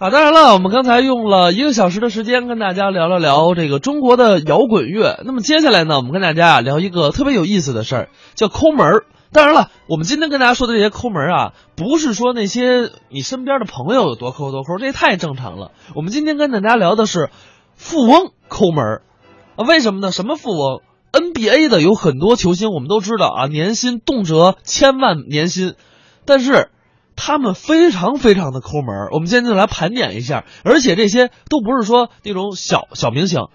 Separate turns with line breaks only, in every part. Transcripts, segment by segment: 啊，当然了，我们刚才用了一个小时的时间跟大家聊了聊这个中国的摇滚乐。那么接下来呢，我们跟大家啊聊一个特别有意思的事儿，叫抠门儿。当然了，我们今天跟大家说的这些抠门儿啊，不是说那些你身边的朋友有多抠多抠，这也太正常了。我们今天跟大家聊的是富翁抠门儿啊，为什么呢？什么富翁？NBA 的有很多球星，我们都知道啊，年薪动辄千万年薪，但是他们非常非常的抠门儿。我们今天就来盘点一下，而且这些都不是说那种小小明星，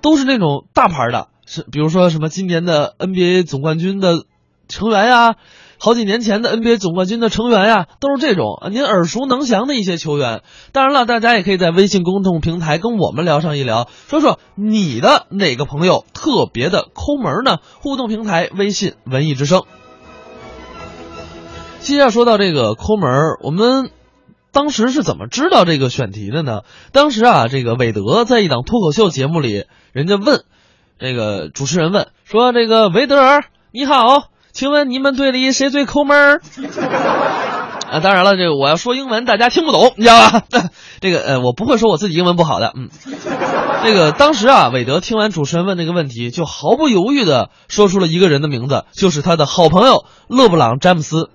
都是那种大牌的，是比如说什么今年的 NBA 总冠军的成员呀、好几年前的 NBA 总冠军的成员呀、都是这种啊您耳熟能详的一些球员。当然了，大家也可以在微信公众平台跟我们聊上一聊，说说你的哪个朋友特别的抠门儿呢？互动平台微信文艺之声。接下来说到这个抠门儿，我们当时是怎么知道这个选题的呢？当时啊，这个韦德在一档脱口秀节目里，人家问这个主持人问说：“这个韦德尔，你好，请问你们队里谁最抠门儿？” 啊，当然了，这个我要说英文，大家听不懂，你知道吧？ 这个呃，我不会说我自己英文不好的，嗯。这个当时啊，韦德听完主持人问这个问题，就毫不犹豫的说出了一个人的名字，就是他的好朋友勒布朗·詹姆斯。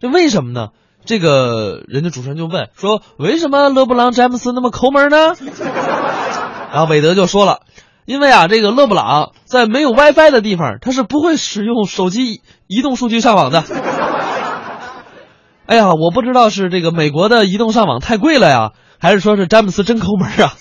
这为什么呢？这个人家主持人就问说，为什么勒布朗·詹姆斯那么抠门呢？然后韦德就说了，因为啊，这个勒布朗在没有 WiFi 的地方，他是不会使用手机移动数据上网的。哎呀，我不知道是这个美国的移动上网太贵了呀，还是说是詹姆斯真抠门啊？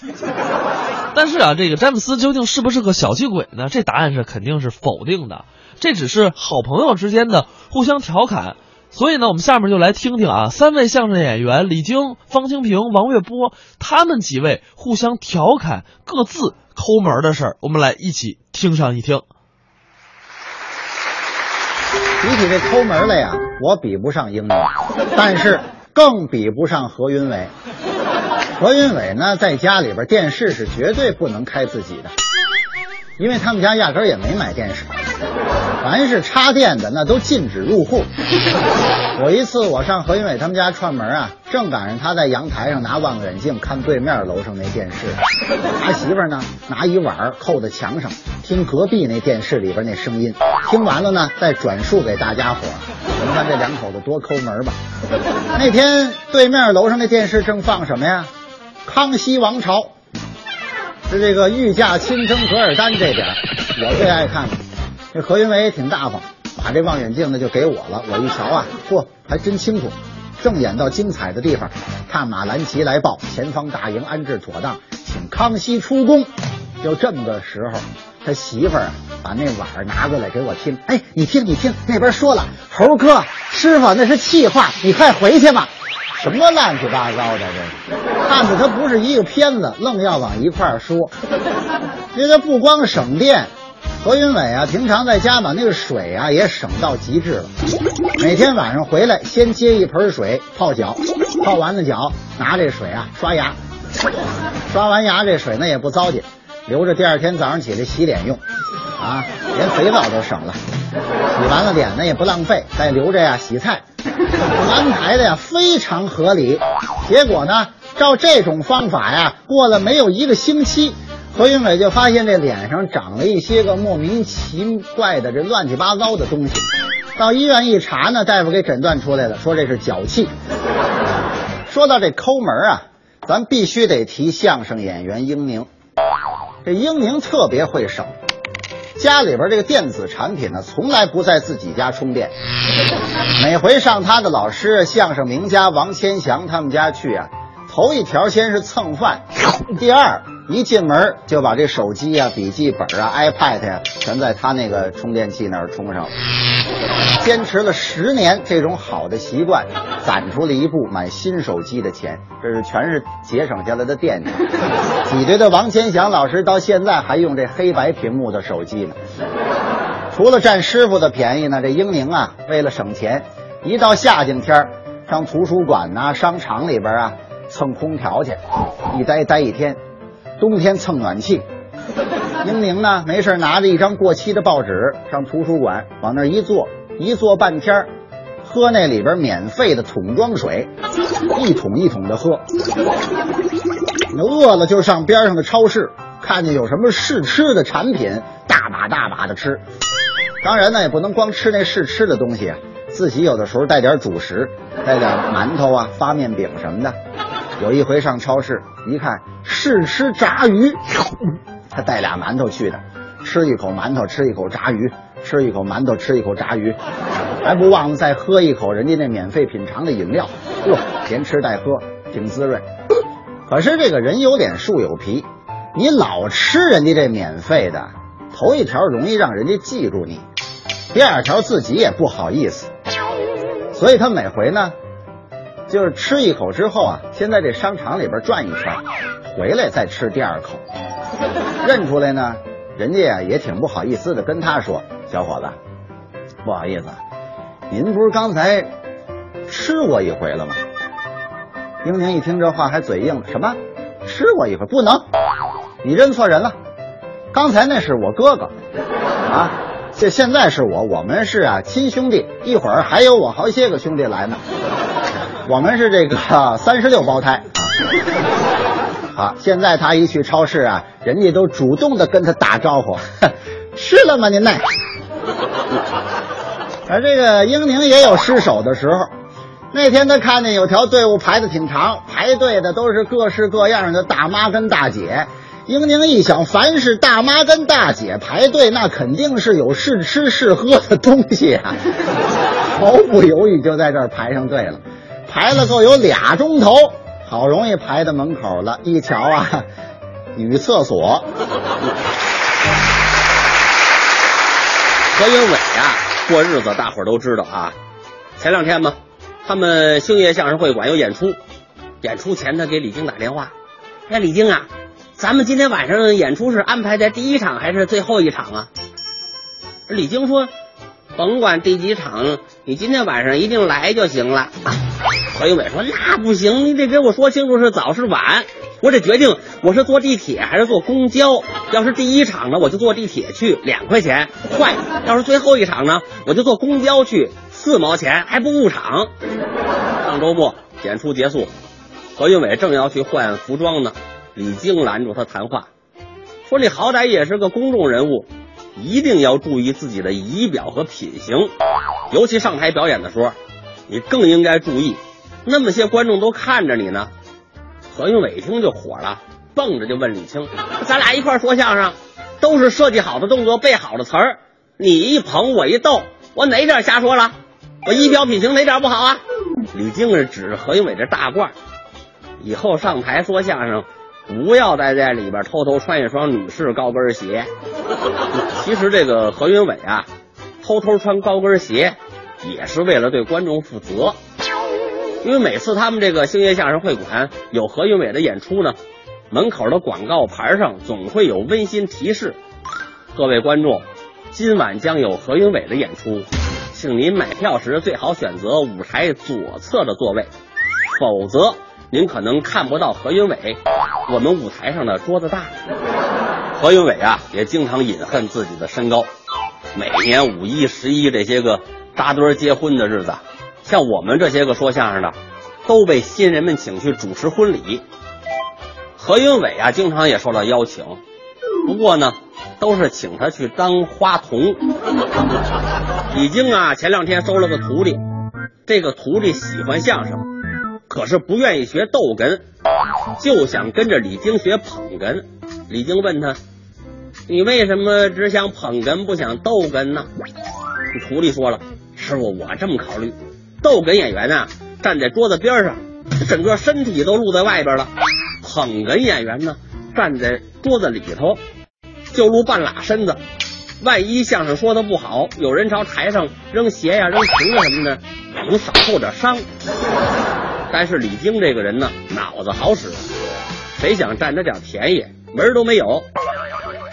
但是啊，这个詹姆斯究竟是不是个小气鬼呢？这答案是肯定是否定的。这只是好朋友之间的互相调侃。所以呢，我们下面就来听听啊，三位相声演员李菁、方清平、王月波，他们几位互相调侃各自抠门的事儿，我们来一起听上一听。
比起这抠门来呀，我比不上英明，但是更比不上何云伟。何云伟呢，在家里边电视是绝对不能开自己的，因为他们家压根儿也没买电视，凡是插电的那都禁止入户。有一次我上何云伟他们家串门啊，正赶上他在阳台上拿望远镜看对面楼上那电视，他媳妇儿呢拿一碗儿扣在墙上，听隔壁那电视里边那声音，听完了呢再转述给大家伙儿。你们看这两口子多抠门儿吧？那天对面楼上那电视正放什么呀？康熙王朝。是这个御驾亲征噶尔丹这点儿我最爱看了。这何云伟也挺大方，把这望远镜呢就给我了。我一瞧啊，嚯，还真清楚。正演到精彩的地方，看马兰奇来报，前方大营安置妥当，请康熙出宫。就这么个时候，他媳妇儿啊把那碗儿拿过来给我听。哎，你听，你听，那边说了，猴哥，师傅那是气话，你快回去吧。什么乱七八糟的这个，看着它不是一个片子，愣要往一块儿说。因为它不光省电，何云伟啊，平常在家把那个水啊也省到极致了。每天晚上回来，先接一盆水泡脚，泡完了脚，拿这水啊刷牙，刷完牙这水呢也不糟践，留着第二天早上起来洗脸用。啊，连肥皂都省了，洗完了脸呢也不浪费，再留着呀洗菜，安排的呀非常合理。结果呢，照这种方法呀，过了没有一个星期，何云伟就发现这脸上长了一些个莫名其怪的这乱七八糟的东西。到医院一查呢，大夫给诊断出来了，说这是脚气。说到这抠门啊，咱必须得提相声演员英宁。这英宁特别会省，家里边这个电子产品呢，从来不在自己家充电。每回上他的老师相声名家王千祥他们家去啊，头一条先是蹭饭，第二一进门就把这手机啊、笔记本啊、iPad 呀、全在他那个充电器那儿充上了。坚持了十年这种好的习惯，攒出了一部买新手机的钱，这是全是节省下来的电钱。挤兑的王千祥老师到现在还用这黑白屏幕的手机呢。除了占师傅的便宜呢，这英宁啊，为了省钱，一到夏天天儿上图书馆呐、商场里边啊蹭空调去，一待待一天，冬天蹭暖气。 英宁呢，没事拿着一张过期的报纸上图书馆，往那儿一坐，一坐半天儿，喝那里边免费的桶装水，一桶一桶的喝。那饿了就上边上的超市，看见有什么试吃的产品，大把大把的吃。当然呢，也不能光吃那试吃的东西啊，自己有的时候带点主食，带点馒头啊、发面饼什么的。有一回上超市，一看试吃炸鱼，他带俩馒头去的，吃一口馒头，吃一口炸鱼，吃一口馒头，吃一口炸鱼，还不忘了再喝一口人家那免费品尝的饮料，哟，连吃带喝，挺滋润。可是这个人有脸树有皮，你老吃人家这免费的，头一条容易让人家记住你，第二条自己也不好意思，所以他每回呢。就是吃一口之后啊，先在这商场里边转一圈，回来再吃第二口。认出来呢，人家啊也挺不好意思的，跟他说：“小伙子，不好意思，啊您不是刚才吃过一回了吗？”英宁一听这话还嘴硬了：“什么？吃过一回？不能，你认错人了。刚才那是我哥哥啊，这现在是我，我们是啊亲兄弟，一会儿还有我好些个兄弟来呢。”我们是这个三十六胞胎啊！好，现在他一去超市啊，人家都主动的跟他打招呼， 呵吃了吗您那？而这个英宁也有失手的时候。那天他看见有条队伍排的挺长，排队的都是各式各样的大妈跟大姐。英宁一想，凡是大妈跟大姐排队，那肯定是有试吃试喝的东西啊， 毫不犹豫就在这儿排上队了。排了够有俩钟头，好容易排到门口了，一瞧啊， 女厕所。
何云伟啊，过日子大伙儿都知道啊。前两天吧，他们兴业相声会馆有演出，演出前他给李菁打电话，哎，李菁啊，咱们今天晚上的演出是安排在第一场还是最后一场啊？李菁说，甭管第几场，你今天晚上一定来就行了。何云伟说：“那不行，你得给我说清楚是早是晚，我得决定我是坐地铁还是坐公交。要是第一场呢，我就坐地铁去，两块钱快；要是最后一场呢，我就坐公交去，四毛钱还不误场。”上周末演出结束，何云伟正要去换服装呢，李菁拦住他谈话，说：“你好歹也是个公众人物，一定要注意自己的仪表和品行，尤其上台表演的时候，你更应该注意。”那么些观众都看着你呢，何云伟一听就火了，蹦着就问李青：“咱俩一块儿说相声，都是设计好的动作，背好的词儿，你一捧我一逗，我哪点瞎说了？我仪表品行哪点不好啊？”李菁是指着何云伟这大褂，以后上台说相声，不要再在里边偷偷穿一双女士高跟鞋。 其实这个何云伟啊，偷偷穿高跟鞋也是为了对观众负责。因为每次他们这个兴业相声会馆有何云伟的演出呢，门口的广告牌上总会有温馨提示：各位观众，今晚将有何云伟的演出，请您买票时最好选择舞台左侧的座位，否则您可能看不到何云伟。我们舞台上的桌子大。何云伟啊，也经常隐恨自己的身高，每年五一、十一这些个扎堆儿结婚的日子。像我们这些个说相声的，都被新人们请去主持婚礼。何云伟啊，经常也受到邀请，不过呢，都是请他去当花童。李菁啊，前两天收了个徒弟，这个徒弟喜欢相声，可是不愿意学逗哏，就想跟着李菁学捧哏。李菁问他：“你为什么只想捧哏不想逗哏呢？”徒弟说了：“师傅，我这么考虑。”逗哏演员啊，站在桌子边上，整个身体都露在外边了；捧哏演员呢，站在桌子里头，就露半拉身子。万一相声说的不好，有人朝台上扔鞋呀、扔瓶子什么的，能少受点伤。但是李菁这个人呢，脑子好使，谁想占他点便宜，门儿都没有。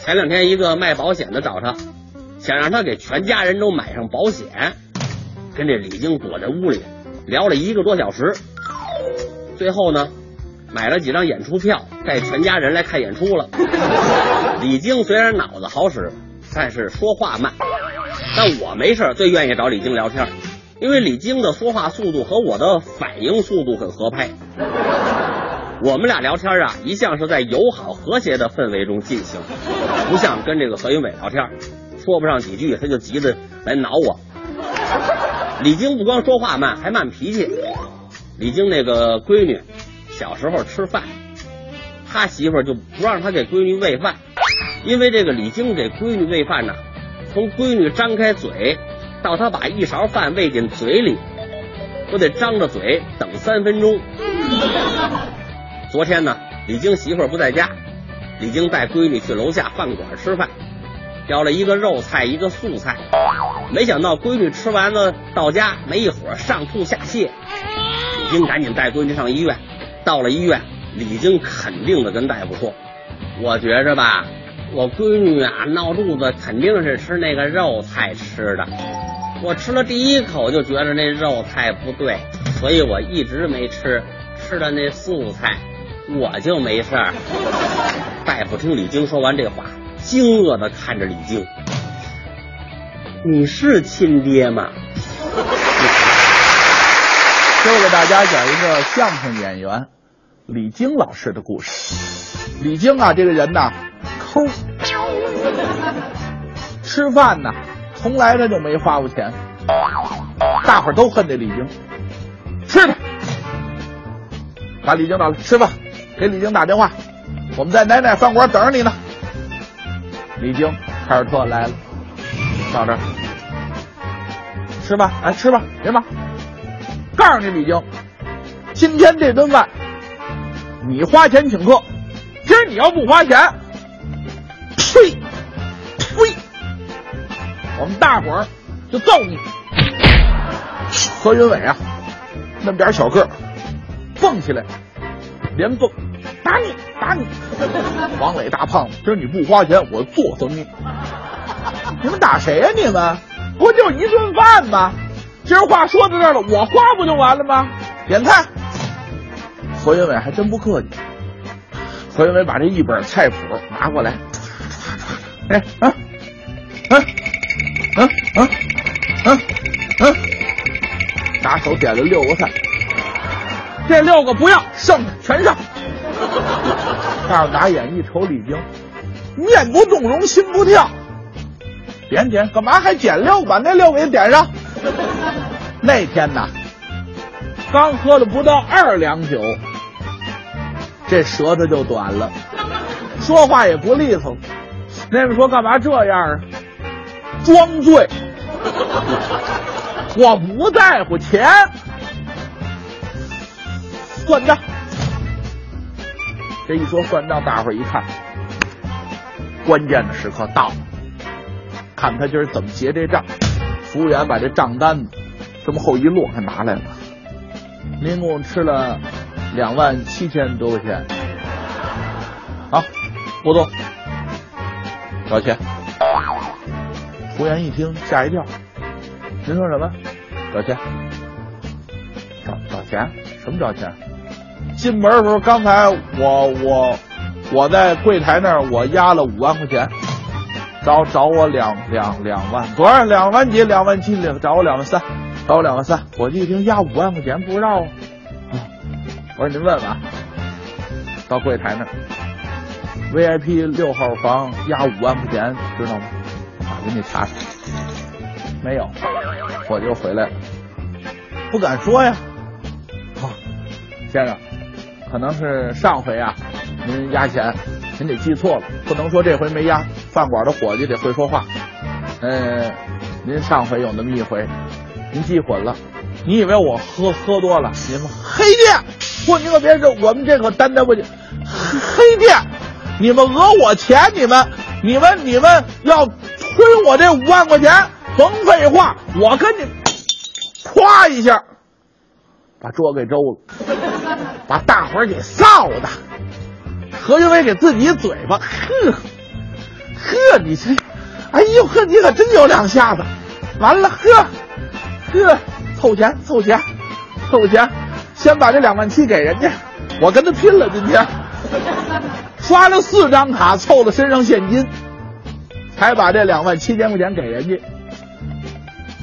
前两天一个卖保险的找他，想让他给全家人都买上保险。跟这李菁躲在屋里聊了一个多小时，最后呢，买了几张演出票，带全家人来看演出了。李菁虽然脑子好使，但是说话慢。但我没事最愿意找李菁聊天，因为李菁的说话速度和我的反应速度很合拍。我们俩聊天啊，一向是在友好和谐的氛围中进行，不像跟这个何云伟聊天，说不上几句他就急着来挠我。李菁不光说话慢，还慢脾气。李菁那个闺女小时候吃饭，他媳妇儿就不让他给闺女喂饭，因为这个李菁给闺女喂饭呢、从闺女张开嘴到他把一勺饭喂进嘴里，都得张着嘴等三分钟。昨天呢，李菁媳妇儿不在家，李菁带闺女去楼下饭馆吃饭，要了一个肉菜，一个素菜。没想到闺女吃完了到家没一会儿上吐下泻，李菁赶紧带闺女上医院。到了医院，李菁肯定的跟大夫说：“我觉着吧，我闺女啊闹肚子肯定是吃那个肉菜吃的。我吃了第一口就觉着那肉菜不对，所以我一直没吃，吃的那素菜，我就没事儿。”大夫听李菁说完这话，惊愕的看着李菁。你是亲爹吗？
今儿给大家讲一个相声演员李菁老师的故事。李菁啊，这个人呐，抠，吃饭呐，从来他就没花过钱。大伙儿都恨这李菁，吃吧，把李菁找来吃吧，给李菁打电话，我们在奶奶饭馆等着你呢。李菁开着车来了，到这儿，吃吧，哎，吃吧，行吧。告诉你，李菁，今天这顿饭你花钱请客，今儿你要不花钱，呸呸，我们大伙儿就揍你。何云伟啊，那么点儿小个儿，蹦起来，连蹦，打你打你。王磊大胖子，今儿你不花钱，我揍死你。你们打谁呀、你们不就一顿饭吗？今儿话说到这儿了，我花不就完了吗？点菜。何云伟还真不客气，何云伟把这一本菜谱拿过来，哎啊啊啊啊啊啊，拿手点了六个菜，这六个不要，剩的全上。 大伙打眼一瞅李菁，面不动容心不跳，点点，干嘛还减六？把那六给点 上。那天呐，刚喝了不到二两酒，这舌头就短了，说话也不利索。那边说干嘛这样啊？装醉。 我不在乎钱，算账。这一说算账，大伙儿一看，关键的时刻到了。看他今儿怎么结这账。服务员把这账单子这么厚一摞还拿来了，您共吃了两万七千多块钱，啊，不多，少钱？服务员一听吓一跳，您说什么？找钱？找找钱？什么找钱？进门的时候，刚才我我我在柜台那儿我压了五万块钱。找找我两两两万，多少？两万几？两万七？两找我两万三，找我两万三。伙计一听压五万块钱，不知道啊。啊我说您问问，啊，到柜台那儿，VIP 六号房压五万块钱，知道吗？啊，给你查查，没有，我就回来了，不敢说呀。啊，先生，可能是上回啊，您压钱，您给记错了，不能说这回没压。饭馆的伙计得会说话。呃，您上回有那么一回，您记混了，你以为我喝喝多了？您们黑店，不，您可别说，我们这可担待不起。黑店，你们讹我钱，你们，你们，你们要亏我这五万块钱，甭废话，我跟你，咵一下，把桌给周了，把大伙儿给臊的。何云伟给自己一嘴巴，哼。呵，你这，哎呦呵，你可真有两下子。完了，呵，呵，凑钱凑钱凑钱，先把这两万七给人家，我跟他拼了今天。刷了四张卡，凑了身上现金，才把这两万七千块钱给人家。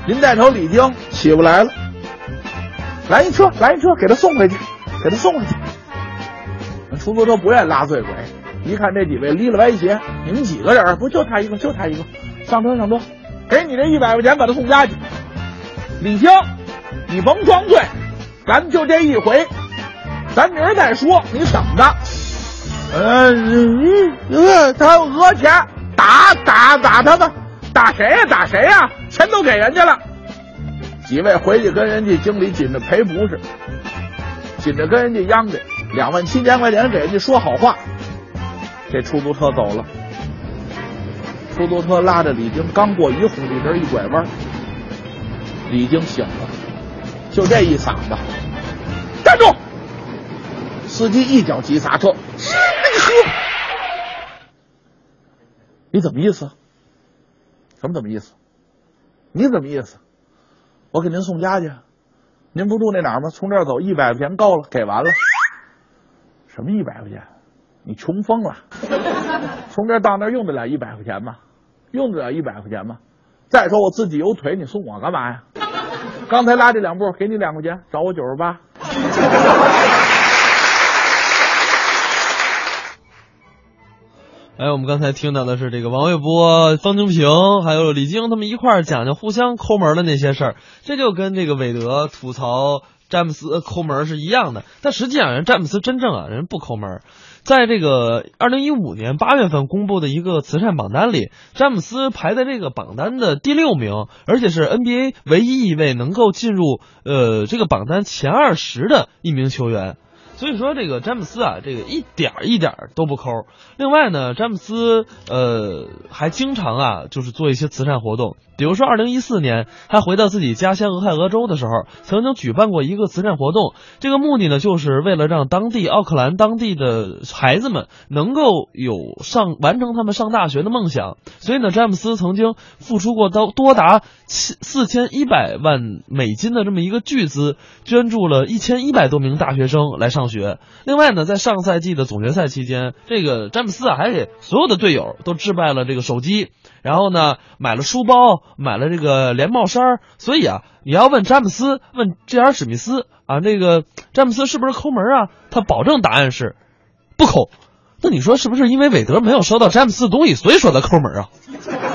您带头李菁起不来了，来一车，来一车，给他送回去，给他送回去。那出租车不愿意拉醉鬼，一看这几位离了歪斜，你们几个人儿不就他一个，就他一个，上车上车，给你这一百块钱把他送家去。李菁，你甭装醉，咱们就这一回，咱明儿再说，你等着。呃，你呃，他讹钱，打打打他吧，打谁呀、打谁呀、钱都给人家了。几位回去跟人家经理紧着赔不是，紧着跟人家央着，两万七千块钱给人家说好话。这出租车走了，出租车拉着李菁刚过一红绿灯一拐弯，李菁醒了，就这一嗓子，站住！司机一脚急刹车，你怎么意思？什么怎么意思？你怎么意思？我给您送家去，啊您不住那哪儿吗？从这儿走一百块钱够了，给完了。什么一百块钱？你穷疯了！从这儿到那儿用得了一百块钱吗？用得了一百块钱吗？再说我自己有腿，你送我干嘛呀？刚才拉这两步，给你两块钱，找我九十八。
哎，我们刚才听到的是这个王卫波、方清平还有李菁他们一块儿讲讲互相抠门的那些事儿，这就跟这个韦德吐槽詹姆斯呃抠门是一样的。但实际上，人詹姆斯真正啊，人不抠门。在这个二零一五年八月份公布的一个慈善榜单里，詹姆斯排在这个榜单的第六名，而且是 NBA 唯一一位能够进入呃这个榜单前二十的一名球员。所以说这个詹姆斯啊，这个一点儿一点儿都不抠。另外呢，詹姆斯呃还经常啊，就是做一些慈善活动，比如说二零一四年他回到自己家乡俄亥俄州的时候，曾经举办过一个慈善活动，这个目的呢，就是为了让当地奥克兰当地的孩子们能够有上完成他们上大学的梦想。所以呢，詹姆斯曾经付出过到多达七四千一百万美金的这么一个巨资，捐助了一千一百多名大学生来上学。另外呢，在上赛季的总决赛期间，这个詹姆斯啊，还给所有的队友都置办了这个手机，然后呢，买了书包，买了这个连帽衫儿。所以啊，你要问詹姆斯，问 J.R. 史密斯啊，那个詹姆斯是不是抠门啊？他保证答案是不抠。那你说是不是因为韦德没有收到詹姆斯的东西，所以说他抠门啊？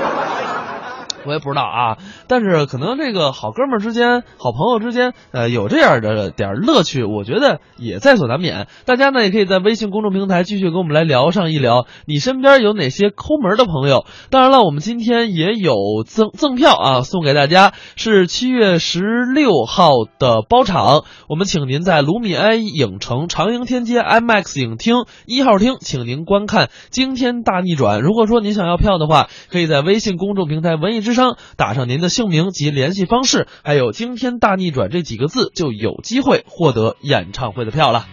我也不知道啊，但是可能这个好哥们儿之间、好朋友之间，呃，有这样的点儿乐趣，我觉得也在所难免。大家呢也可以在微信公众平台继续跟我们来聊上一聊，你身边有哪些抠门儿的朋友？当然了，我们今天也有赠赠票啊，送给大家是七月十六号的包场，我们请您在卢米埃影城长楹天街 IMAX 影厅一号厅，请您观看惊天大逆转。如果说您想要票的话，可以在微信公众平台“文艺之声”打上您的姓名及联系方式，还有“惊天大逆转”这几个字，就有机会获得演唱会的票了。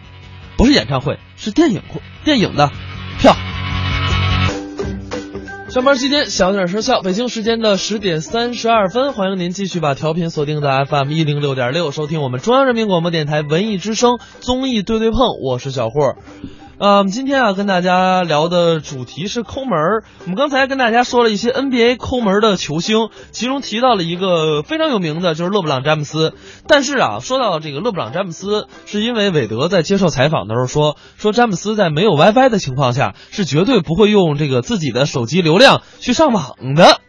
不是演唱会，是电影会电影的票。上班期间小点声笑。北京时间的十点三十二分，欢迎您继续把调频锁定在 FM 一零六点六，收听我们中央人民广播电台文艺之声综艺对对碰，我是小霍。呃，今天啊，跟大家聊的主题是抠门儿。我们刚才跟大家说了一些 NBA 抠门儿的球星，其中提到了一个非常有名的，就是勒布朗·詹姆斯。但是啊，说到这个勒布朗·詹姆斯，是因为韦德在接受采访的时候说，说詹姆斯在没有 WiFi 的情况下，是绝对不会用这个自己的手机流量去上网的。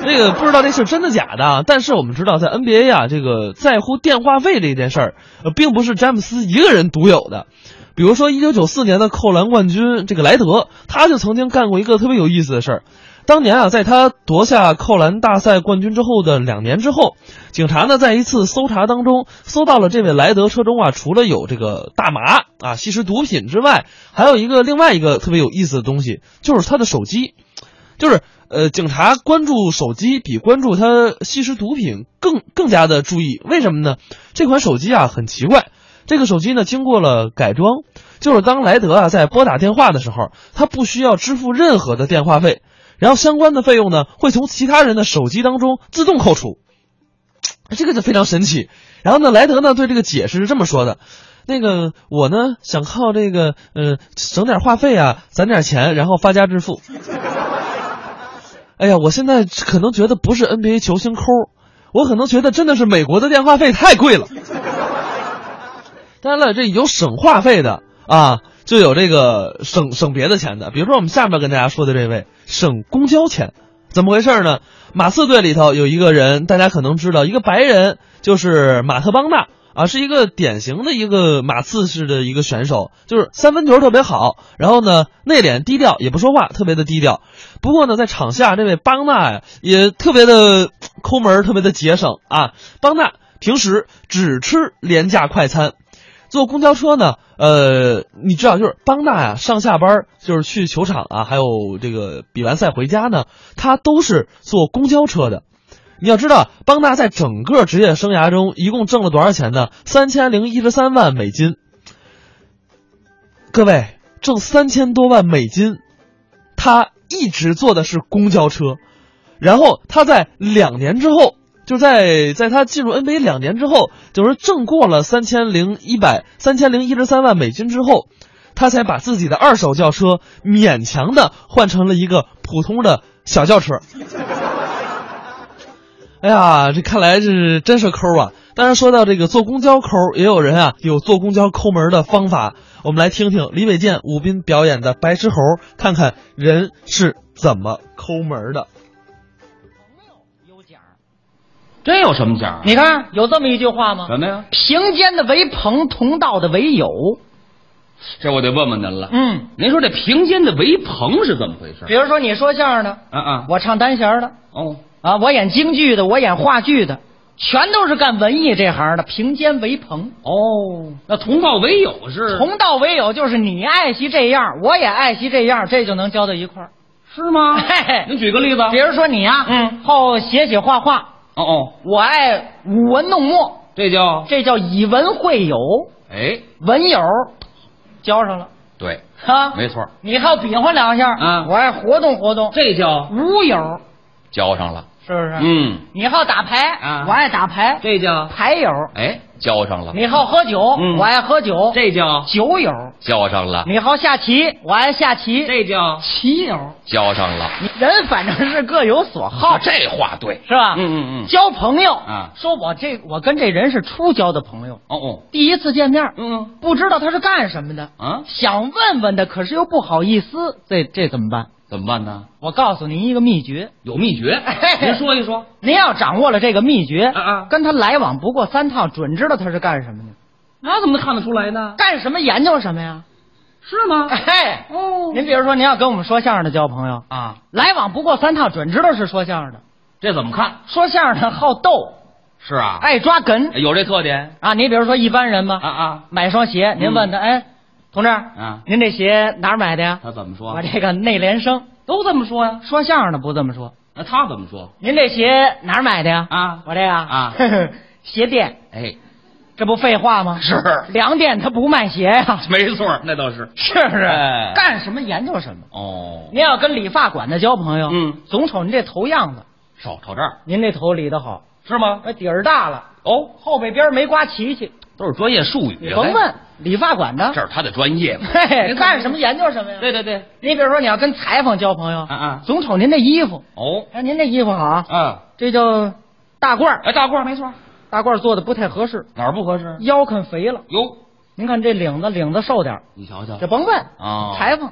那个不知道这是真的假的啊，但是我们知道在 NBA 啊，这个在乎电话费这件事儿，呃，并不是詹姆斯一个人独有的。比如说，一九九四年的扣篮冠军这个莱德，他就曾经干过一个特别有意思的事儿。当年啊，在他夺下扣篮大赛冠军之后的两年之后，警察呢在一次搜查当中搜到了这位莱德车中啊，除了有这个大麻啊、吸食毒品之外，还有一个另外一个特别有意思的东西，就是他的手机。就是呃，警察关注手机比关注他吸食毒品更更加的注意，为什么呢？这款手机啊很奇怪，这个手机呢经过了改装，就是当莱德啊在拨打电话的时候，他不需要支付任何的电话费，然后相关的费用呢会从其他人的手机当中自动扣除，这个就非常神奇。然后呢，莱德呢对这个解释是这么说的。那个我呢，想靠这个，呃，省点话费啊，攒点钱，然后发家致富。哎呀，我现在可能觉得不是 NBA 球星抠，我可能觉得真的是美国的电话费太贵了。当然了，这有省话费的啊，就有这个省省别的钱的，比如说我们下面跟大家说的这位省公交钱，怎么回事呢？马刺队里头有一个人，大家可能知道，一个白人，就是马特邦纳啊，是一个典型的一个马刺式的一个选手，就是三分球特别好，然后呢内敛低调，也不说话，特别的低调。不过呢，在场下这位邦纳呀，也特别的抠门儿，特别的节省啊。邦纳平时只吃廉价快餐，坐公交车呢，呃，你知道，就是邦纳呀，上下班儿就是去球场啊，还有这个比完赛回家呢，他都是坐公交车的。你要知道，邦纳在整个职业生涯中一共挣了多少钱呢？三千零一十三万美金。各位，挣三千多万美金，他一直坐的是公交车，然后他在两年之后，就在在他进入 NBA 两年之后，就是挣过了三千零一百三千零一十三万美金之后，他才把自己的二手轿车勉强的换成了一个普通的小轿车。 哎呀，这看来是真是抠啊！当然，说到这个坐公交抠，也有人啊有坐公交抠门的方法。我们来听听李伟健、武斌表演的《白痴猴》，看看人是怎么抠门的。
有奖儿。
这有什么奖啊？
你看有这么一句话吗？
什么呀？
平肩的为朋，同道的为友。
这我得问问您了。
嗯，
您说这平肩的围棚是怎么回事
比？如说你说相声的，
啊啊，
我唱单弦儿的，
哦，
啊，我演京剧的，我演话剧的，全都是干文艺这行的。平肩为朋，
哦，那同道为友是
同道为友，就是你爱惜这样，我也爱惜这样，这就能交到一块儿。
是吗？
嘿嘿
您举个例子。
比如说你呀、
嗯
好写写画画，
哦哦，
我爱舞文弄墨，
这叫
这叫以文会友，
哎，
文友交上了。
对，
哈，
没错，
啊你还要比划两下
啊
我爱活动活动，
这叫
无友
交上了。
是不是？，
嗯，
你好打牌
啊
我爱打牌，
这叫
牌友；
哎，交上了。
你好喝酒，
嗯
我爱喝酒，
这叫
酒友；
交上了。
你好下棋，我爱下棋，
这叫
棋友。
交上了。
你人反正是各有所好，
啊这话对。
是吧？
嗯嗯嗯
交朋友
啊
说我这我跟这人是初交的朋友，
哦哦，
第一次见面，
嗯
不知道他是干什么的，
啊，
想问问的，可是又不好意思，这这怎么办？
怎么办呢？
我告诉您一个秘诀，
有秘诀，您说一说。
您要掌握了这个秘诀，
啊啊
跟他来往不过三趟，准知道他是干什么的，
那怎么能看得出来呢？
干什么研究什么呀？
是 吗？
哎，
哦
您比如说，您要跟我们说相声的交朋友，
啊，
来往不过三趟，准知道是说相声的。
这怎么看？
说相声的好斗，
是啊，
爱抓梗
有这特点
啊。你比如说一般人嘛，
啊啊。
买双鞋，您问他，哎，同志，
啊
您这鞋哪儿买的呀？
他怎么说？
我这个内联升，
都这么说呀、
说相声的不这么说。
那他怎么说？
您这鞋哪儿买的呀？
啊
我这个
啊
鞋店，
哎，
这不废话吗？
是
粮店他不卖鞋呀、
没错，那倒 是。
是不是？
哎
干什么研究什么。
哦，
您要跟理发馆的交朋友，
嗯，
总瞅您这头样子，
手朝这儿
您这头理得好，哎
是吗？
那底儿大了，
哦，
后背边没刮齐齐。
都是专业术语。
你甭问理发馆的，
这是他的专业嘛。
嘿，干什么研究什么呀？
对对对，
你比如说你要跟裁缝交朋友，
啊啊
总瞅您这衣服，
哦，
哎，您这衣服好啊，
啊，
这叫大褂儿，
哎，大褂没错，
大褂儿做的不太合适，
哪儿不合适？
腰看肥了。
哟，
您看这领子，领子瘦点儿，
你瞧瞧
这，甭问
哦
裁缝。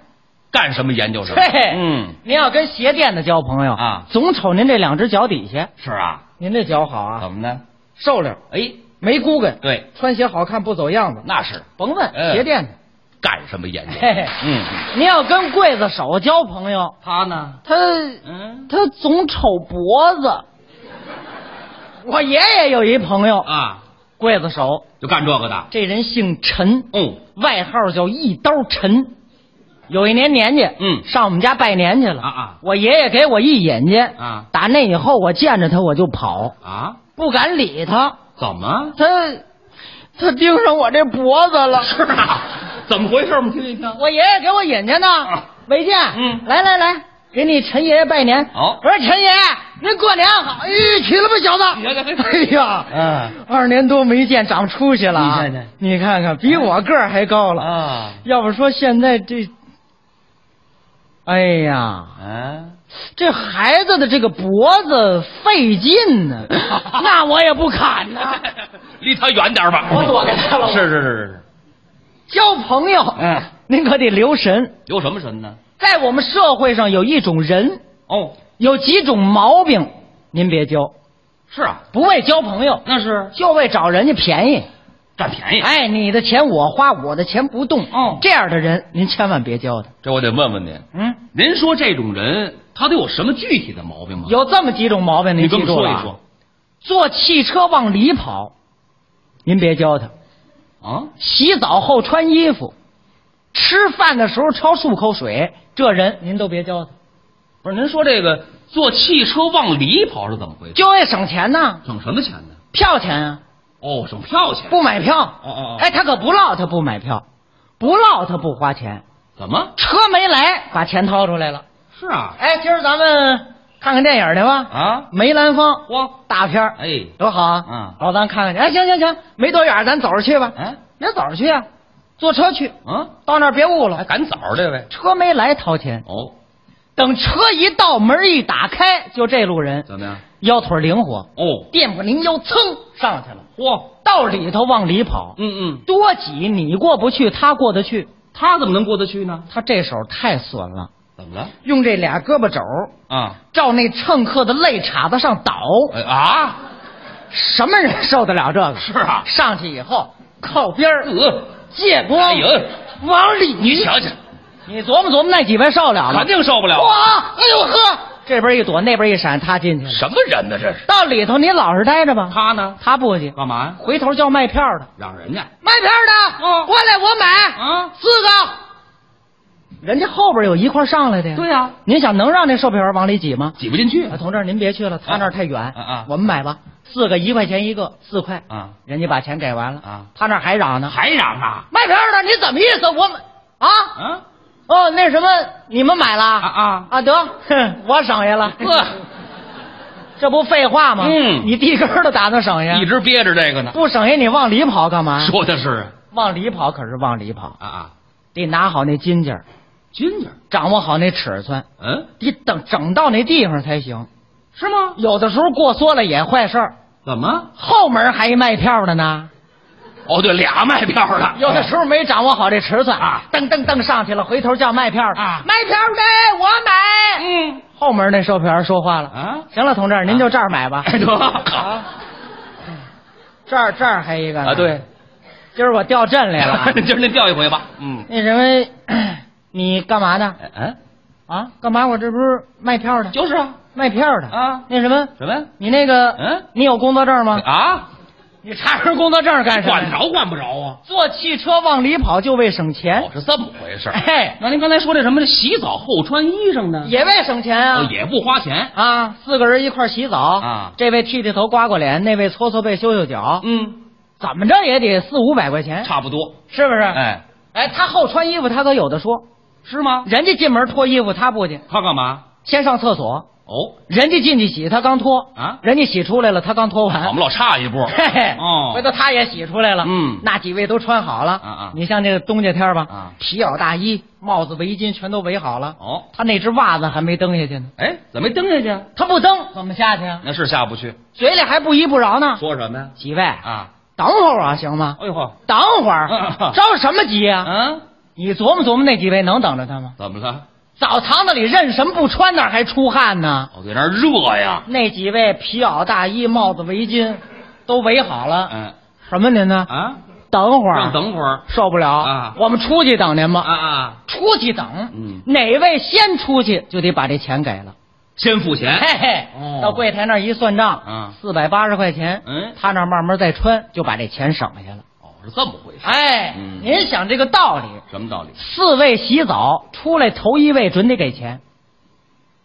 干什么研究什么。
嘿
嗯，
您要跟鞋店的交朋友
啊
总瞅您这两只脚底下，
是啊，
您这脚好啊，
怎么呢？
瘦溜儿，
哎，
没骨感，
对，
穿鞋好看不走样子，
那是
甭问
嗯
鞋店的。
干什么研究？
嘿嘿
嗯，嗯
您要跟刽子手交朋友，
他呢？
他
嗯
他总瞅脖子。我爷爷有一朋友，
啊，
刽子手，
就干这个的。
这人姓陈，
嗯，
外号叫一刀陈。有一年年去，
嗯
上我们家拜年去了
啊啊
我爷爷给我一眼睛
啊
打那以后我见着他我就跑，
啊，
不敢理他。
怎么？
他他盯上我这脖子了。
是啊，怎么回事？我们听一听。
我爷爷给我引荐呢
啊，
没见。
嗯
来来来，给你陈爷爷拜年。
好
我说陈爷爷，您过年好。哎，娶了吧，小子？
你看看
哎呀，
嗯，
二年多没见，长出息了啊。
你看看
你看看比我个儿还高了。
啊，
要不说现在这哎呀，
嗯，
这孩子的这个脖子费 劲呢、那我也不砍呐、
离他远点吧，
我躲开他了
是是是是是，
交朋友，
嗯，
您可得留神，
有什么神呢？
在我们社会上有一种人，
哦，
有几种毛病，您别交，
是啊，
不为交朋友，
那是
就为找人家便宜。
占便宜。，
哎，你的钱我花，我的钱不动。
哦
这样的人您千万别交他。
这我得问问您，
嗯，
您说这种人他得有什么具体的毛病吗？，
有这么几种毛病，
你
您
跟
记
我
住
说
了
一
啊。
说
坐汽车往里跑，您别教他。
啊。
洗澡后穿衣服，吃饭的时候焯漱口水，这人您都别教他，
不是，您说这个坐汽车往里跑是怎么回事？
就为省钱呐，
省什么钱呢？
票钱啊，
哦，省票钱。
不买票。
哦哦哦
哎，他可不落，他不买票，不落他不花钱，
怎么？
车没来把钱掏出来了。
是啊，
哎，今儿咱们看看电影去吧。
啊
梅兰芳，
嚯
大片儿，
哎
多好啊！
嗯
老咱看看去。哎，行行行，没多远，咱走着去吧。
哎，
别走着去啊，坐车去。
啊，
到那儿别误
还
了，
赶早儿这位。
车没来掏钱，
哦，
等车一到，门一打开，就这路人
怎么样？
腰腿灵活，
哦，
垫不灵腰，噌上去了，
嚯，
到里头往里跑，
嗯嗯，
多挤，你过不去，他过得去。
他怎么能过得去呢？
他这手太损了，
怎么了？
用这俩胳膊肘
啊，
照那乘客的肋叉子上倒，
哎啊，
什么人受得了这个？
是啊
上去以后靠边儿
呃，
借光，
哎呦
往里
你瞧瞧，
你琢磨琢磨，那几位受了吗？
肯定受不了。啊
哇，哎呦呵，这边一躲，那边一闪，他进去了。
什么人呢？这是
到里头你老实待着吧。
他呢？啊
他不去，
干嘛呀？
回头叫卖票的，
让人家
卖票的，
哦
过来我买
啊
四个。人家后边有一块上来的呀。
对啊呃呀
您想能让这售票员往里挤吗？
挤不进去
啊，同志您别去了，他那儿太远。
啊啊
我们买吧，四个一块钱一个，四块。
啊，
人家把钱给完了
啊
他那儿还嚷呢，
还嚷啊？
卖票的你怎么意思？我们啊
啊
哦那什么你们买了
啊啊！
啊，得，哼，我省下了，
呵，
这不废话吗？
嗯
你地根儿都打算省下
一，直憋着这个呢。
不省下你往里跑干嘛？
说的是
往里跑可是往里跑，
啊啊，
得拿好那筋劲儿，
金家，
掌握好那尺寸，
嗯，
得等整到那地方才行。
是吗？
有的时候过缩了也坏事儿，
怎么？
后门还一卖票的呢。
哦，对，俩卖票的，
有的时候没掌握好这尺寸
啊，
噔噔噔上去了，回头叫卖票的
啊
卖票的我买。
嗯
后门那售票员说话了，
啊，
行了，同志，您就这儿买吧。
哎 得
啊，这儿这儿还一个呢
啊，对，。
今儿我掉镇来了啊
今儿您钓一回吧。嗯，
那什么，你干嘛呢？
嗯，
啊，干嘛？我这不是卖票的，
就是啊，
卖票的
啊
那什么，
什么呀？
你那个，
嗯
你有工作证吗？
啊，
你查人工作证干什么
管
呀？
着管不着啊？
坐汽车往里跑就为省钱
哦，，是这么回事儿。
哎，
那您刚才说这什么洗澡后穿衣裳呢？
也为省钱
哦
啊。
也不花钱。
啊，四个人一块儿洗澡
啊
这位剃剃头、刮刮脸，那位搓搓背、修修脚，
嗯，
怎么着也得四五百块钱，
差不多。
是不是？
哎，
哎，他后穿衣服，他可有的说。
是吗？
人家进门脱衣服，他不去，
他干嘛？
先上厕所。
哦，
人家进去洗，他刚脱
啊
人家洗出来了，他刚脱
我
完
们。老差一步。
嘿嘿，
哦
回头他也洗出来了。
嗯
那几位都穿好了。
啊啊
你像这个冬家天儿吧，
啊
皮袄、大衣、帽子、围巾全都围好了。
哦，
他那只袜子还没蹬下去呢，
哎，怎么没蹬下去啊？
他不蹬怎么下去啊？
那是下不去。
嘴里还不依不饶呢。
啊说什么呀？
几位，
啊，
等会儿啊，行吗？
哎呦呵，
等会儿
啊，
着什么急啊？
啊，
你琢磨琢磨，那几位能等着他吗？
怎么了？
澡堂子里任什么不穿，那儿还出汗呢。
我对那儿热呀。
那几位皮袄、大衣、帽子、围巾都围好了。
嗯
什么您呢？
啊，
等会儿，
让等会儿。
受不了
啊
我们出去等您吧。
啊啊，
出去等，
嗯
哪位先出去就得把这钱给了。
先付钱。
嘿嘿，
哦
到柜台那儿一算账，
嗯
四百八十块钱，
嗯
他那儿慢慢再穿，就把这钱省下了。
哦，是这么回事。
哎，
嗯
您想这个道理，
什么道理？
四位洗澡出来头一位准得给钱，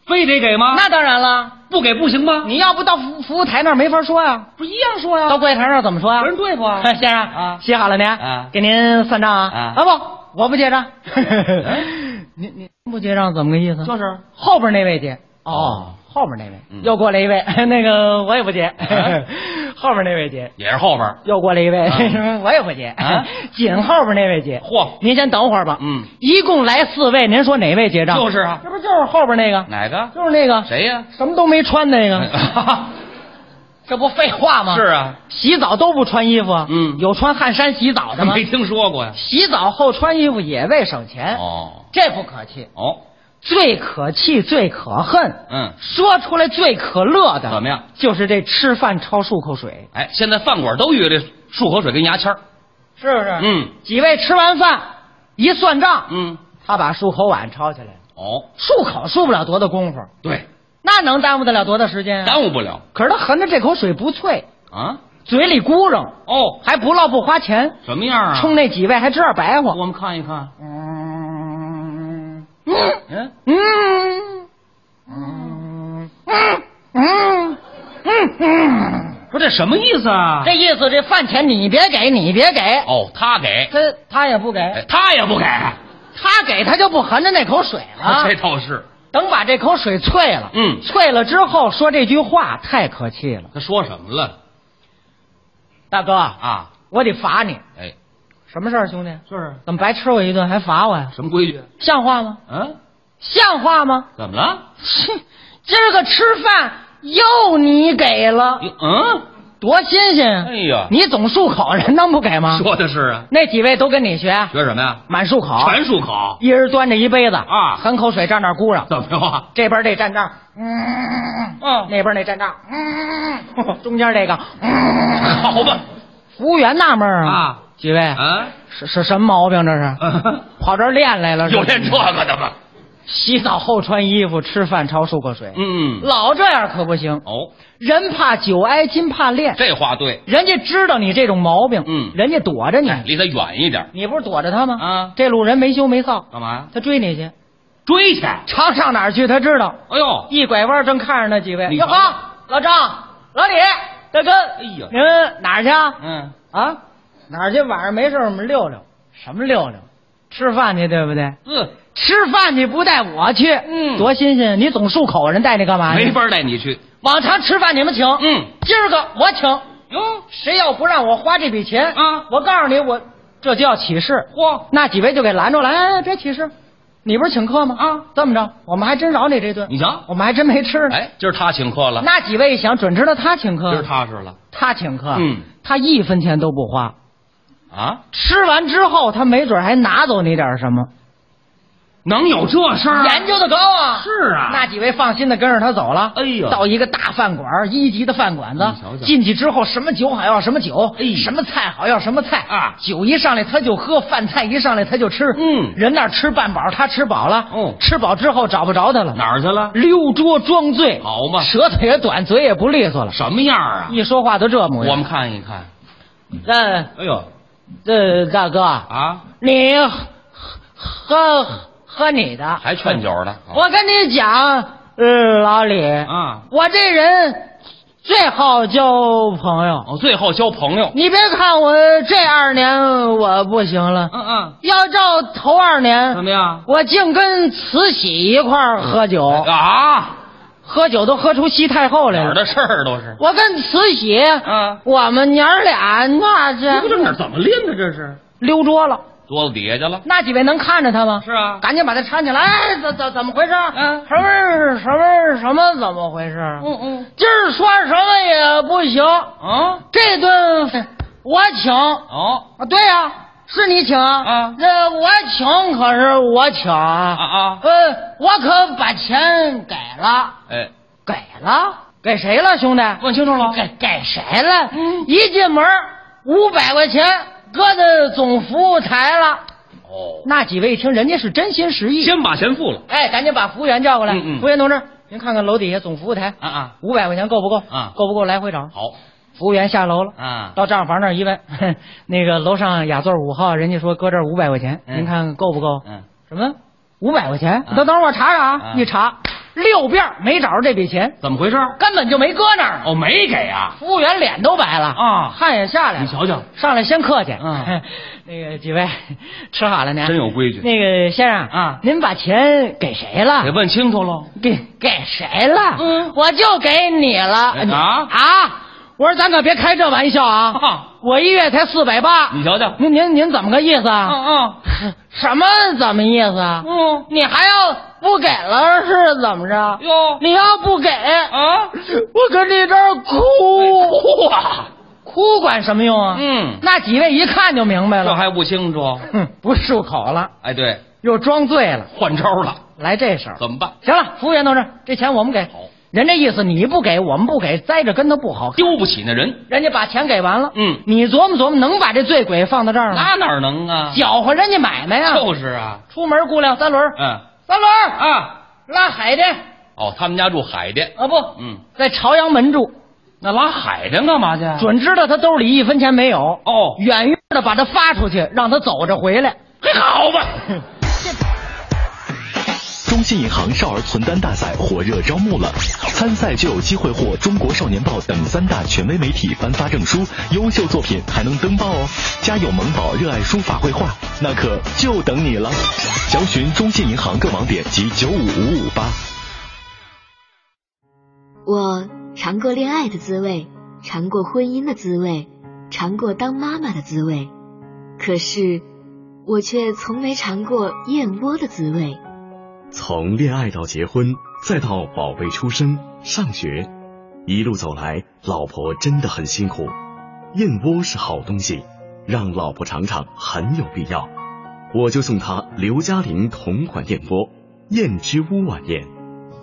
非得给吗？
那当然了，
不给不行吗？
你要不到服服务台那儿没法说呀、
不一样说呀
到柜台那儿怎么说呀、
有人对付啊
先生
啊
写好了您，
啊
给您算账啊
啊
不，我不 结账。 您您不结账怎么个意思？
是
后边那位结。
哦，
后面那位、
嗯
又过来一位， 那个我也不接，
啊
后面那位接。
也是后边儿。
又过来一位， 我也不接，
啊
紧后边那位接。
嚯
您先等会儿吧。
嗯，
一共来四位，您说哪位结账？
就是啊
这不就是后边
嗯
那个？
哪个？
就是那个
谁呀、
什么都没穿 那个，
是
这不废话吗？，
啊，
洗澡都不穿衣服啊。
嗯
有穿汗衫洗澡的 吗？
没听说过呀。
洗澡后穿衣服也为省钱，
哦
这不可气。
哦，
最可气、最可恨，
嗯，
说出来最可乐的，
怎么样？
就是这吃饭焯漱口水，
哎，现在饭馆都遇这漱口水跟牙签儿。
是不是？
嗯
几位吃完饭一算账，
嗯，
他把漱口碗抄起来了，
哦，
漱口漱不了多大功夫，
对，
那能耽误得了多大时间啊？
耽误不了
可是他含着这口水不脆，
啊。
嘴里咕噜，
哦，
还不落不花钱，
什么样啊？
冲那几位还知道白话。
我们看一看。嗯，
嗯嗯嗯嗯嗯嗯嗯嗯，
不是这什么意思啊？
这意思这饭钱你别给，你别给，
哦，他给，
他他也不给，
哎他也不给，
他给他就不含着那口水了
这。倒是。
等把这口水啐了，
嗯
啐了之后说这句话太可气了，
他说什么了
大哥，
啊？
我得罚你，
哎，
什么事儿，兄弟？
就是
怎么白吃我一顿还罚我呀？
什么规矩？
像话吗？
嗯，
像话吗？
怎么了？
哼， 今儿个吃饭又你给了，
哟嗯，
多新鲜啊！
哎呀，
你总漱口，人能不给吗？
说的是啊，
那几位都跟你学，
学什么呀？
满漱口，
全漱口，
一人端着一杯子
啊
含口水站那儿咕嚷，
怎么 着？啊
这边这站这儿，嗯，
嗯
那边那站这儿，嗯，中间这个，嗯，
好吧，
服务员纳闷儿
啊，
几位
啊，
是是什么毛病？这是跑这儿练来了？是
有
吧
练这个的吗？
洗澡后穿衣服，吃饭焯漱口水，
嗯，
老这样可不行。
哦，
人怕久挨，金怕练。
这话对，
人家知道你这种毛病，
嗯
人家躲着你，
哎，离他远一点。
你不是躲着他吗？
啊哦
这路人没羞没臊，
干嘛呀？
他追你去，
追去？哎
常上哪儿去？他知道，
呦，
一拐弯正看着那几位，
你
哟
瞧
呵，老张、老李、大哥，哎
呀
你们哪儿去啊？
嗯，
啊，哪儿去？晚上没事儿我们溜溜，什么溜溜？吃饭去，对不对？
嗯，
吃饭去不带我去，
嗯
多新鲜！你总漱口，人带你干嘛去？
没法带你去。
往常吃饭你们请，
嗯，
今儿个我请，
哟，
谁要不让我花这笔钱
啊
我告诉你，我这就要起事。
嚯，
那几位就给拦住了，哎，别起事，你不是请客吗？
啊，
这么着，我们还真饶你这顿，
你瞧，
我们还真没吃呢。
哎，今儿他请客了，
那几位一想，准知道他请
今
客，
儿踏实了
他请客，
嗯，
他一分钱都不花，
啊？
吃完之后他没准还拿走你点什么，
能有这事儿？
研究的高啊。
是啊，
那几位放心的跟着他走了。
哎呦
到一个大饭馆，一级的饭馆子
你瞧，瞧
进去之后什么酒好要什么酒，
哎
什么菜好要什么菜
啊
酒一上来他就喝，饭菜一上来他就吃。
嗯
人那儿吃半饱，他吃饱了。
哦
吃饱之后找不着他了，
哪儿去了？
溜桌装醉，
好嘛
舌头也短，嘴也不利索了，
什么样啊？
一说话都这模样。
我们看一看。
那
哎呦
这呃大哥，
啊，
你喝喝喝你的，
还劝酒呢。
我跟你讲，呃，老李
哦啊
我这人最好交朋友。
哦，最后交朋友。
你别看我这二年我不行了，
嗯嗯，
要照头二
怎么
年，
样？
我净跟慈禧一块儿喝酒，
啊，
喝酒都喝出西太后
哪
来
儿
了。
的事儿都是。
我跟慈禧，
啊
我们娘儿俩那
不
是
这哪儿怎么练的？这是
溜桌了。
桌子底下去了。
那几位能看着他吗？
是啊
赶紧把他搀起来。哎怎怎怎么回事？
嗯
什么什么什么怎么回事？
嗯嗯
今儿说什么也不行，
啊
这顿饭我请。啊，
哦
对呀、是你请
啊
那我请可是我请
啊
啊，
啊！
呃，我可把钱给了，
哎，
给了，给谁了，兄弟？
问清楚了。
给给谁了？
嗯
一进门五百块钱搁在总服务台了。
哦，
那几位一听，人家是真心实意。
先把钱付了。
哎，赶紧把服务员叫过来。
嗯嗯
服务员同志，您看看楼底下总服务台
啊啊，
五百块钱够不够？
啊
够不够？来回找。
好
服务员下楼了，
啊
到账房那儿一问， 那个楼上雅座五号，人家说搁这五百块钱，
嗯
您看看够不够？
嗯，
什么？五百块钱？
啊
等等会儿我查查啊！
啊
一查，六遍儿没找着这笔钱，
怎么回事？
根本就没搁那儿。
哦，没给啊！
服务员脸都白了
啊
汗也下来了。
你瞧瞧
上来先客气。
嗯，
那个几位吃好了呢？
真有规矩
那个先生
啊
您把钱给谁
得
了？
问清楚喽。
给给谁了？
嗯
我就给你了。
哎啊
啊！我说咱可别开这玩笑啊！
啊
我一月才四百八。
你瞧瞧，
您您您怎么个意思啊？
嗯
什么怎么意思啊？
嗯
你还要不给了是怎么着
嗯，？哟
你要不给，
啊，
我跟你这儿哭啊，哭管什么用啊？
哎嗯
那几位一看就明白
这
了，
还不清楚？
哼，不漱口了，
哎，对，
又装醉了，
换招了，
来这手。
怎么办？
行了，服务员同志，这钱我们给。
好
人这意思你不给，我们不给，栽着跟头不好看。
丢不起那人，
人家把钱给完了，
嗯
你琢磨琢磨，能把这醉鬼放到这儿吗？
那哪能啊？
搅和人家买卖呀！
就是啊，
出门雇辆三轮儿，
嗯
三轮儿
啊，
拉海去
哦，他们家住海淀，
啊不，
嗯，
在朝阳门住，
那拉海淀干嘛去？啊
准知道他兜里一分钱没有，
哦，
远远的把他发出去，让他走着回来。
嘿好吧，
中信银行少儿存单大赛火热招募了，参赛就有机会获《中国少年报》等三大权威媒体颁发证书，优秀作品还能登报哦！家有萌宝热爱书法绘画，那可就等你了。详询中信银行各网点及九五五五八。
我尝过恋爱的滋味，尝过婚姻的滋味，尝过当妈妈的滋味，可是我却从没尝过燕窝的滋味。
从恋爱到结婚，再到宝贝出生、上学，一路走来，老婆真的很辛苦。燕窝是好东西，让老婆尝尝很有必要。我就送她刘嘉玲同款燕窝——燕之屋晚宴。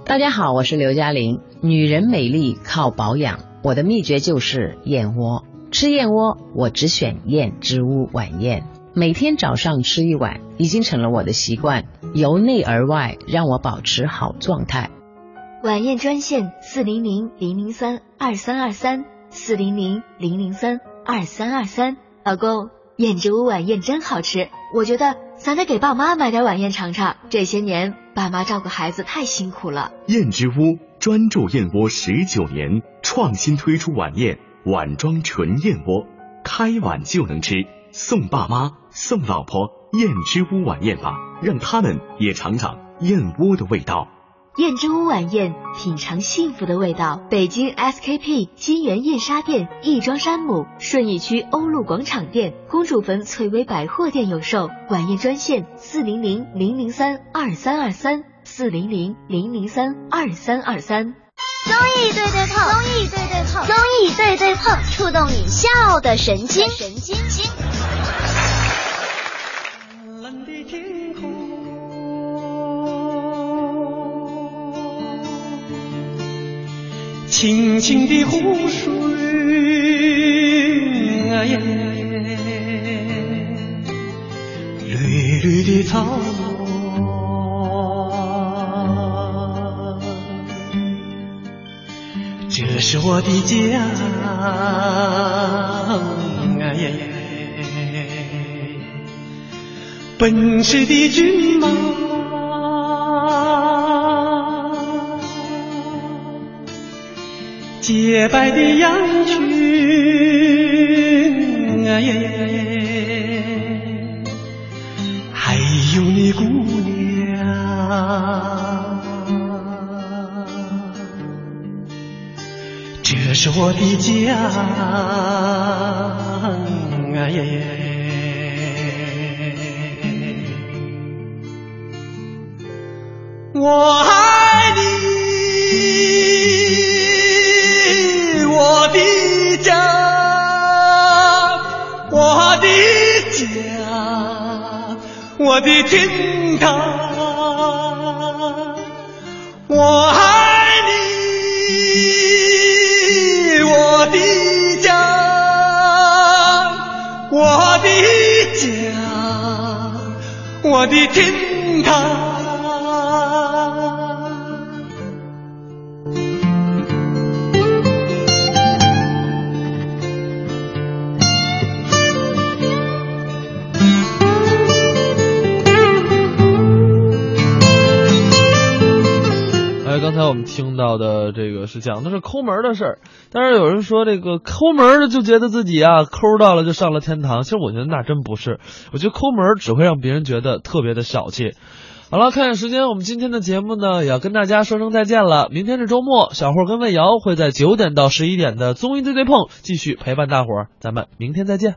大家好，我是刘嘉玲。女人美丽靠保养，我的秘诀就是燕窝。吃燕窝，我只选燕之屋晚宴，每天早上吃一碗，已经成了我的习惯，由内而外让我保持好状态。
晚宴专线四零零零零三二三二三四零零零零三二三二三。老公，燕之屋晚宴真好吃，我觉得咱得给爸妈买点晚宴尝尝。这些年爸妈照顾孩子太辛苦了。
燕之屋专注燕窝十九年，创新推出晚宴碗装纯燕窝，开碗就能吃，送爸妈送老婆燕之屋晚宴吧，让他们也尝尝燕窝的味道。
燕之屋晚宴，品尝幸福的味道。北京 SKP 金源燕莎店、亦庄山姆、顺义区欧陆广场店、公主坟翠微百货店有售。晚宴专线：四零零零零三二三二三，四零零零零三二三二三。
综艺对对碰，综艺对对碰，综艺对对碰，触动你笑的神经，神经经。
清清的湖水啊耶，绿绿的草啊，这是我的家啊耶，奔驰的骏马。洁白的羊群啊耶，还有你姑娘，这是我的家啊耶。我爱你，我的家，我的家，我的天堂。我爱你，我的家，我的家，我的天堂。
呃，刚我们听到的这个是讲的是抠门的事儿，但是有人说这个抠门的就觉得自己啊抠到了就上了天堂，其实我觉得那真不是，我觉得抠门只会让别人觉得特别的小气。好了，看看时间，我们今天的节目呢也要跟大家说声再见了。明天是周末，小霍跟魏瑶会在九点到十一点的综艺对对碰继续陪伴大伙儿，咱们明天再见。